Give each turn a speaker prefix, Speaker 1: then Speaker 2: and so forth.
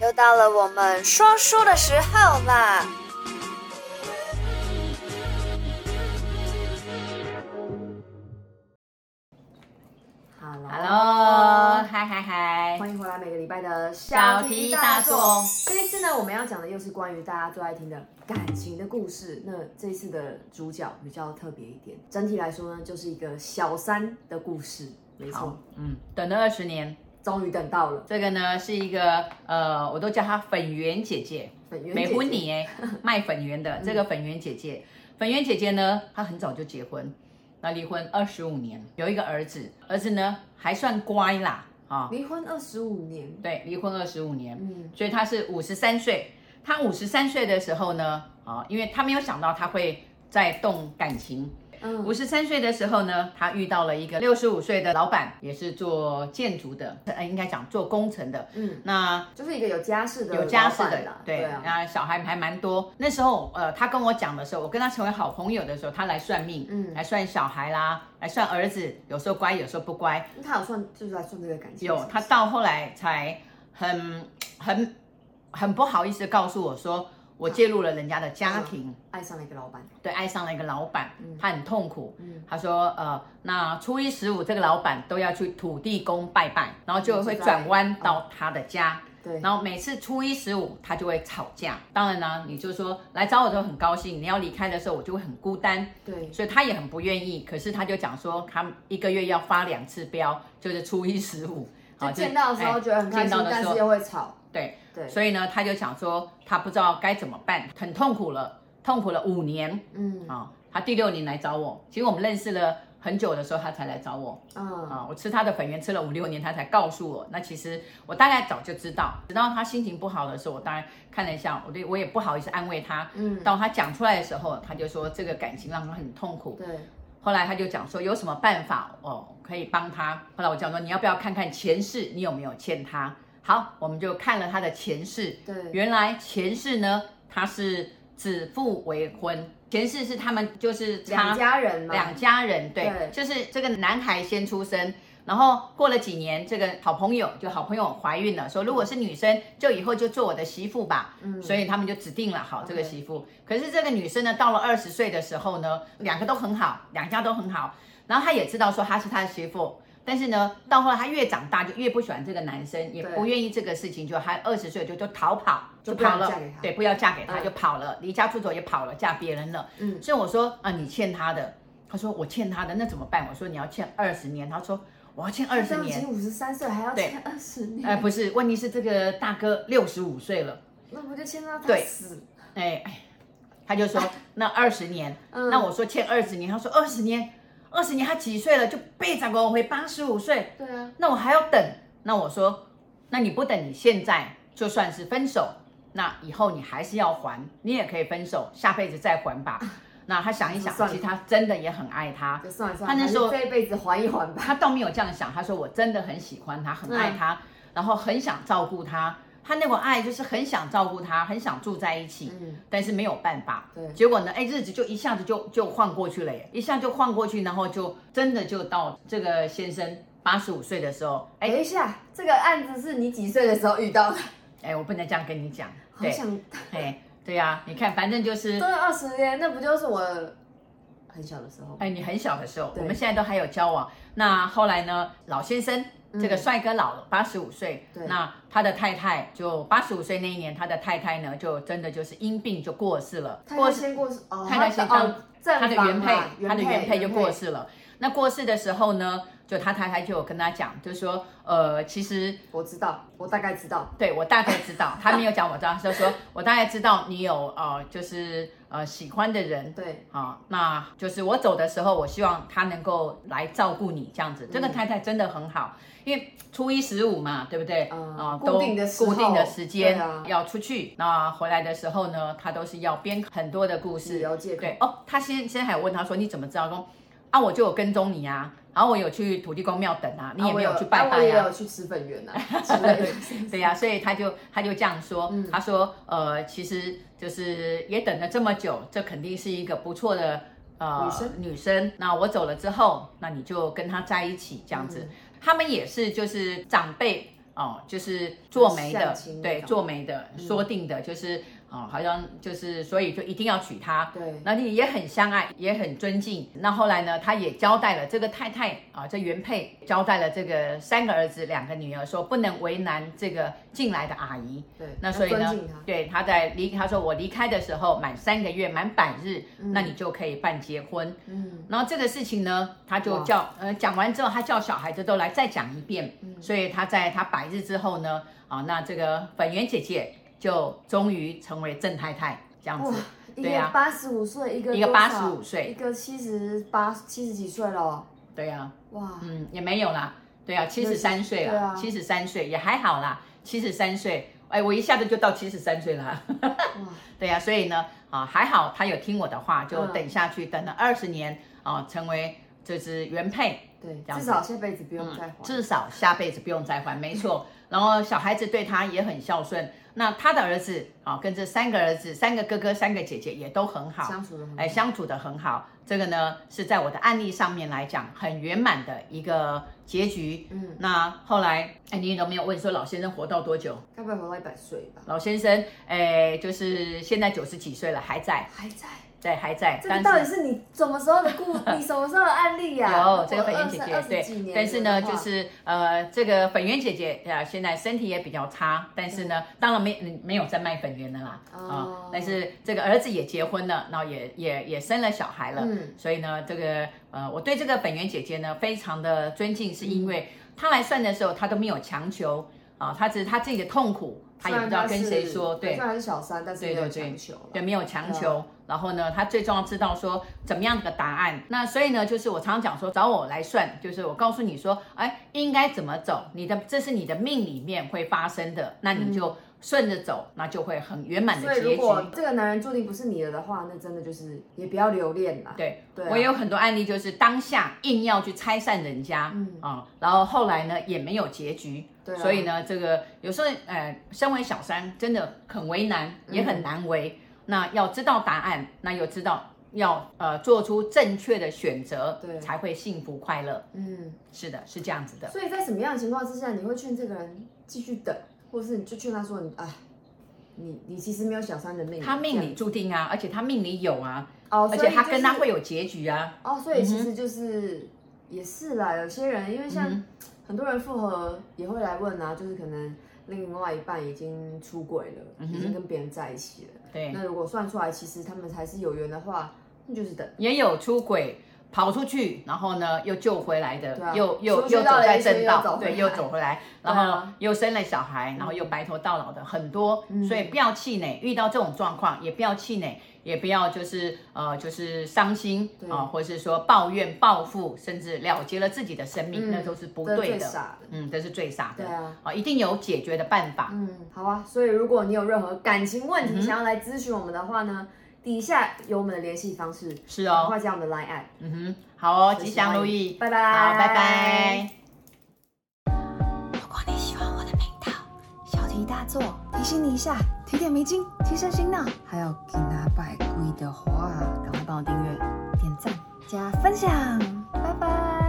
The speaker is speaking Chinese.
Speaker 1: 又到了我们说书的时候啦！
Speaker 2: 哈喽
Speaker 3: Hello，嗨嗨嗨，
Speaker 2: 欢迎回来每个礼拜的
Speaker 3: 小题大做。
Speaker 2: 这一次呢，我们要讲的又是关于大家最爱听的感情的故事。那这一次的主角比较特别一点，整体来说呢，就是一个小三的故事。没错
Speaker 3: 好，，嗯，等了二十年，
Speaker 2: 终于等到了
Speaker 3: 这个呢是一个呃，我都叫她粉圆姐姐，
Speaker 2: 粉圆姐
Speaker 3: 美
Speaker 2: 姐
Speaker 3: 婚 你哎，卖粉圆的这个粉圆姐姐，粉圆姐姐呢，她很早就结婚，那离婚二十五年，有一个儿子，儿子呢还算乖啦，啊、
Speaker 2: 离婚二十五年。
Speaker 3: 对，离婚二十五年，
Speaker 2: 嗯，
Speaker 3: 所以他是五十三岁。他五十三岁的时候呢，啊，因为他没有想到他会再动感情。
Speaker 2: 嗯
Speaker 3: 五十三岁的时候呢，他遇到了一个六十五岁的老板，也是做建筑的，呃，应该讲做工程的。
Speaker 2: 嗯，
Speaker 3: 那
Speaker 2: 就是一个有家室的
Speaker 3: 有家室
Speaker 2: 老
Speaker 3: 的
Speaker 2: 板啦，
Speaker 3: 对，
Speaker 2: 啊，
Speaker 3: 那小孩还蛮多。那时候，呃，他跟我讲的时候，我跟他成为好朋友的时候，他来算命，
Speaker 2: 嗯
Speaker 3: 来算小孩啦，来算儿子，有时候乖，有时候不乖。
Speaker 2: 他有算就是来算这个感情，
Speaker 3: 有，他到后来才很很很不好意思告诉我说，
Speaker 2: 啊
Speaker 3: 我介入了人家的家庭，
Speaker 2: 爱上了一个老板，
Speaker 3: 对，爱上了一个老板，他很痛苦。
Speaker 2: 嗯
Speaker 3: 他说，呃，那初一十五这个老板都要去土地公拜拜，然后就
Speaker 2: 嗯
Speaker 3: 会
Speaker 2: 知道
Speaker 3: 转弯到他的家。
Speaker 2: 对，
Speaker 3: 然后每次初一十五他就会吵架，当然呢，你就说来找我都很高兴，你要离开的时候我就会很孤单，
Speaker 2: 对，
Speaker 3: 所以他也很不愿意。可是他就讲说，他一个月要发两次飙，就是初一十五，
Speaker 2: 就
Speaker 3: 好
Speaker 2: 见到的时候
Speaker 3: 哎
Speaker 2: 觉得很开
Speaker 3: 见
Speaker 2: 心
Speaker 3: 到，的
Speaker 2: 但
Speaker 3: 时
Speaker 2: 是
Speaker 3: 候
Speaker 2: 又会吵，
Speaker 3: 对，
Speaker 2: 对，
Speaker 3: 所以呢，他就想说他不知道该怎么办，很痛苦了，痛苦了五年
Speaker 2: 嗯
Speaker 3: 啊、他第六年来找我，其实我们认识了很久的时候，他才来找我
Speaker 2: 嗯。
Speaker 3: 啊、我吃他的粉圆吃了五六年，他才告诉我。那其实我大概早就知道，直到他心情不好的时候，我当然看了一下，我对我也不好意思安慰他。
Speaker 2: 嗯，
Speaker 3: 到他讲出来的时候，他就说这个感情让他很痛苦。
Speaker 2: 对，
Speaker 3: 后来他就讲说有什么办法哦可以帮他。后来我讲说你要不要看看前世你有没有欠他？好，我们就看了他的前世。
Speaker 2: 对
Speaker 3: 原来前世呢他是指腹为婚，前世是他们就是
Speaker 2: 两
Speaker 3: 他
Speaker 2: 家人嘛，
Speaker 3: 两家人对，
Speaker 2: 对
Speaker 3: 就是这个男孩先出生。然后过了几年，这个好朋友就好朋友怀孕了，说如果是女生，就以后就做我的媳妇吧。
Speaker 2: 嗯
Speaker 3: 所以他们就指定了好
Speaker 2: OK
Speaker 3: 这个媳妇。可是这个女生呢，到了二十岁的时候呢，两个都很好，两家都很好。然后她也知道说她是他的媳妇，但是呢，到后来她越长大就越不喜欢这个男生，也
Speaker 2: 对
Speaker 3: 不愿意这个事情，就她二十岁就就逃跑，
Speaker 2: 就不
Speaker 3: 跑
Speaker 2: 想
Speaker 3: 了
Speaker 2: 嫁给他，
Speaker 3: 对，不要嫁给他
Speaker 2: 嗯
Speaker 3: 就跑了，离家出走也跑了，嫁别人了。
Speaker 2: 嗯
Speaker 3: 所以我说啊，你欠他的。他说我欠他的，那怎么办？我说你要欠二十年。他说我要欠二十
Speaker 2: 已
Speaker 3: 年
Speaker 2: 经。五十三岁，还要
Speaker 3: 对
Speaker 2: 签二十年，
Speaker 3: 哎，不是，问题是这个大哥六十五岁了，
Speaker 2: 那不就签到他
Speaker 3: 对
Speaker 2: 死？
Speaker 3: 哎，哎他就说那二十年，
Speaker 2: 啊嗯
Speaker 3: 那我说欠二十年，他说二十年，二十年他几岁了？就被长我回八十五岁，
Speaker 2: 对啊，
Speaker 3: 那我还要等。那我说，那你不等，你现在就算是分手，那以后你还是要还，你也可以分手，下辈子再还吧。那他想一想，
Speaker 2: 啊算了
Speaker 3: 其实他真的也很爱他，
Speaker 2: 就算了算了，
Speaker 3: 他那时候
Speaker 2: 还是这一辈子还一还吧。
Speaker 3: 他倒没有这样想，他说我真的很喜欢他，很
Speaker 2: 嗯
Speaker 3: 爱他，然后很想照顾他。他那种爱就是很想照顾他，很想住在一起，
Speaker 2: 嗯
Speaker 3: 但是没有办法。
Speaker 2: 对
Speaker 3: 结果呢，哎，日子就一下子就就晃过去了耶，一下就晃过去，然后就真的就到这个先生八十五岁的时候，
Speaker 2: 等
Speaker 3: 哎
Speaker 2: 一下，这个案子是你几岁的时候遇到的？
Speaker 3: 哎，我不能这样跟你讲，
Speaker 2: 好
Speaker 3: 对，
Speaker 2: 想，
Speaker 3: 哎，对呀、你看，反正就是
Speaker 2: 真的二十年，那不就是我很小的时候？
Speaker 3: 哎，你很小的时候，
Speaker 2: 对
Speaker 3: 我们现在都还有交往。那后来呢，老先生这个帅哥老了，八十五岁
Speaker 2: 嗯对。
Speaker 3: 那他的太太就八十五岁那一年，他的太太呢，就真的就是因病就过世了。
Speaker 2: 太
Speaker 3: 过
Speaker 2: 太
Speaker 3: 世
Speaker 2: 先过世哦，
Speaker 3: 太太先当
Speaker 2: 哦正
Speaker 3: 他的
Speaker 2: 房
Speaker 3: 啊原配
Speaker 2: 嘛，
Speaker 3: 他的原配就过
Speaker 2: 原
Speaker 3: 世了。那过世的时候呢，就他太太就有跟他讲，就说，呃，其实
Speaker 2: 配我知道，我大概知道，
Speaker 3: 对我大概知道，他没有讲我知道，他就说我大概知道你有呃，就是呃喜欢的人，
Speaker 2: 对，
Speaker 3: 啊，那就是我走的时候，我希望他能够来照顾你
Speaker 2: 嗯
Speaker 3: 这样子。这个太太真的很好，因为初一十五嘛，对不对？
Speaker 2: 嗯
Speaker 3: 啊
Speaker 2: 固
Speaker 3: 都
Speaker 2: 定的时候
Speaker 3: 固定的时间、
Speaker 2: 对啊
Speaker 3: 要出去，那回来的时候呢，他都是要编很多的故
Speaker 2: 旅
Speaker 3: 事。
Speaker 2: 游借口
Speaker 3: 对哦，他先先还有问他说你怎么知道？说啊，我就有跟踪你啊，然后我有去土地公庙等啊，你也没有去拜
Speaker 2: 啊我
Speaker 3: 拜
Speaker 2: 也
Speaker 3: 呀、
Speaker 2: 有去吃粉圆啊之类 的。嗯
Speaker 3: 对呀、所以他就他就这样说，他说呃，其实就是也等了这么久，这肯定是一个不错的呃
Speaker 2: 女生
Speaker 3: 女生。那我
Speaker 2: 嗯
Speaker 3: 走了之后，那你就跟他在一起这样子。他们也是就是长辈哦，就是做媒的
Speaker 2: 相亲，那
Speaker 3: 对，
Speaker 2: 种
Speaker 3: 做媒的
Speaker 2: 嗯
Speaker 3: 说定的，就是哦，好像就是所以就一定要娶她。
Speaker 2: 对，
Speaker 3: 那你也很相爱，也很尊敬。那后来呢，他也交代了这个太太啊，这原配交代了这个三个儿子、两个女儿，说不能为难这个进来的阿姨。
Speaker 2: 对，
Speaker 3: 那
Speaker 2: 要
Speaker 3: 所以
Speaker 2: 尊
Speaker 3: 呢
Speaker 2: 敬他，
Speaker 3: 对，他在离他说我离开的时候满三个月满百日，
Speaker 2: 嗯
Speaker 3: 那你就可以办结婚。
Speaker 2: 嗯，
Speaker 3: 然后这个事情呢，他就
Speaker 2: 哇
Speaker 3: 叫呃讲完之后，他叫小孩子都来再讲一遍。
Speaker 2: 嗯
Speaker 3: 所以他在他百日之后呢，啊，那这个粉圆姐姐就终于成为正太太这样子
Speaker 2: 哇。一
Speaker 3: 对
Speaker 2: 个
Speaker 3: 呀
Speaker 2: 八十五岁，一个
Speaker 3: 一个
Speaker 2: 多少
Speaker 3: 85岁
Speaker 2: 一个七十八七十几岁了哦，
Speaker 3: 对啊，
Speaker 2: 哇，
Speaker 3: 嗯，也没有啦，对啊，七十三岁
Speaker 2: 对
Speaker 3: 了，
Speaker 2: 啊
Speaker 3: 七十三岁也还好啦，七十三岁，哎，我一下子就到七十三岁啦。
Speaker 2: 哇，
Speaker 3: 对呀、所以呢，啊，还好他有听我的话，就
Speaker 2: 嗯
Speaker 3: 等下去，等了二十年啊，成为就是原配，
Speaker 2: 对，
Speaker 3: 这样
Speaker 2: 至
Speaker 3: 子
Speaker 2: 少下辈子不用再
Speaker 3: 嗯
Speaker 2: 还，，
Speaker 3: 至少下辈子不用再还，没 错。然后小孩子对他也很孝顺，那他的儿子啊，跟这三个儿子、三个哥哥、三个姐姐也都很好，
Speaker 2: 相处的很
Speaker 3: 哎，
Speaker 2: 好，
Speaker 3: 相处的很好。这个呢，是在我的案例上面来讲，很圆满的一个结局。
Speaker 2: 嗯，
Speaker 3: 那后来，哎，你都没有问说老先生活到多久？
Speaker 2: 该不会活到一百岁吧？
Speaker 3: 老先生，哎，就是现在九十几岁了，还在，
Speaker 2: 还在，
Speaker 3: 对，还在。
Speaker 2: 这个
Speaker 3: 但是
Speaker 2: 到底是你什么时候的故，你什么时候的案例呀、啊？
Speaker 3: 有这个粉圆姐姐对，但是呢，就是呃，这个粉圆姐姐呃，现在身体也比较差，但是呢，当然没嗯没有在卖粉圆的啦啊、
Speaker 2: 哦
Speaker 3: 但是这个儿子也结婚了，然后也也也生了小孩了，
Speaker 2: 嗯
Speaker 3: 所以呢，这个呃，我对这个本源姐姐呢非常的尊敬，是
Speaker 2: 嗯
Speaker 3: 因为她来算的时候，她都没有强求啊，她只是她自己的痛苦，她也不知道跟谁说，对
Speaker 2: 虽。然是小三，但是
Speaker 3: 对
Speaker 2: 没有
Speaker 3: 对对
Speaker 2: 强求了，
Speaker 3: 对，没有强
Speaker 2: 对
Speaker 3: 求。然后呢，他最重要知道说怎么样的答案。那所以呢，就是我常常讲说，找我来算，就是我告诉你说，哎，应该怎么走，你的这是你的命里面会发生的，那你就顺着走，那就会很圆满的
Speaker 2: 嗯所以
Speaker 3: 结
Speaker 2: 如
Speaker 3: 局。
Speaker 2: 果这个男人注定不是你的的话，那真的就是也不要留恋啦。
Speaker 3: 对，
Speaker 2: 对啊
Speaker 3: 我有很多案例，就是当下硬要去拆散人家，
Speaker 2: 嗯
Speaker 3: 啊、然后后来呢也没有结局，
Speaker 2: 对啊
Speaker 3: 所以呢，这个有时候呃，身为小三真的很为难，
Speaker 2: 嗯
Speaker 3: 也很难为。那要知道答案，那又知道要呃做出正确的选择，
Speaker 2: 对
Speaker 3: 才会幸福快乐。
Speaker 2: 嗯，
Speaker 3: 是的，是这样子的。
Speaker 2: 所以在什么样的情况之下，你会劝这个人继续等，或是你就劝他说你，哎，你你其实没有小三的命，
Speaker 3: 他命
Speaker 2: 这
Speaker 3: 里
Speaker 2: 样
Speaker 3: 注定啊，而且他命里有啊，
Speaker 2: 哦，
Speaker 3: 而
Speaker 2: 所
Speaker 3: 且
Speaker 2: 以
Speaker 3: 他
Speaker 2: 就
Speaker 3: 跟他
Speaker 2: 是
Speaker 3: 会有结局啊。
Speaker 2: 哦，所以其实就是、也是啦，有些人因为
Speaker 3: 嗯
Speaker 2: 像很多人复合也会来问啊，就是可能另外一半已经出轨了，已经跟别人在一起了。
Speaker 3: 嗯对，
Speaker 2: 那如果算出来，其实他们才是有缘的话，那就是等。
Speaker 3: 也有出轨跑出去，然后呢又救回来的，
Speaker 2: 对啊
Speaker 3: 又又
Speaker 2: 出去
Speaker 3: 又
Speaker 2: 绕
Speaker 3: 走
Speaker 2: 了
Speaker 3: 在
Speaker 2: 一圈
Speaker 3: 正
Speaker 2: 又
Speaker 3: 道，
Speaker 2: 走回
Speaker 3: 对，
Speaker 2: 来
Speaker 3: 又走 回来，
Speaker 2: 对
Speaker 3: 然
Speaker 2: 啊嗯
Speaker 3: 后又生了小孩，然后又白头到老的很多，所以不要气馁，遇到这种状况也不要气馁。也不要就是呃就是伤心
Speaker 2: 对
Speaker 3: 啊、或者是说抱怨报复，甚至了结了自己的生命，
Speaker 2: 嗯
Speaker 3: 那都是不
Speaker 2: 这是
Speaker 3: 对
Speaker 2: 最
Speaker 3: 的。
Speaker 2: 傻的
Speaker 3: 嗯，这是最傻的。
Speaker 2: 对啊，
Speaker 3: 一定有解决的办法。
Speaker 2: 嗯，好啊。所以如果你有任何感情问题想要来咨询我们的话呢，底下有我们的联系方式，
Speaker 3: 是
Speaker 2: 赶
Speaker 3: 哦，
Speaker 2: 快加我们的 Line app。
Speaker 3: 嗯哼，好哦，
Speaker 2: 随
Speaker 3: 吉
Speaker 2: 时
Speaker 3: 祥
Speaker 2: 欢
Speaker 3: 如
Speaker 2: 迎
Speaker 3: 意，
Speaker 2: 拜拜
Speaker 3: 好，拜拜。
Speaker 1: 如果你喜欢我的频道，小题大做，提醒你一下，提点迷津，提升醒脑。
Speaker 4: 还有给他拜跪的话，
Speaker 1: 赶快帮我订阅、点赞、加分享，拜拜。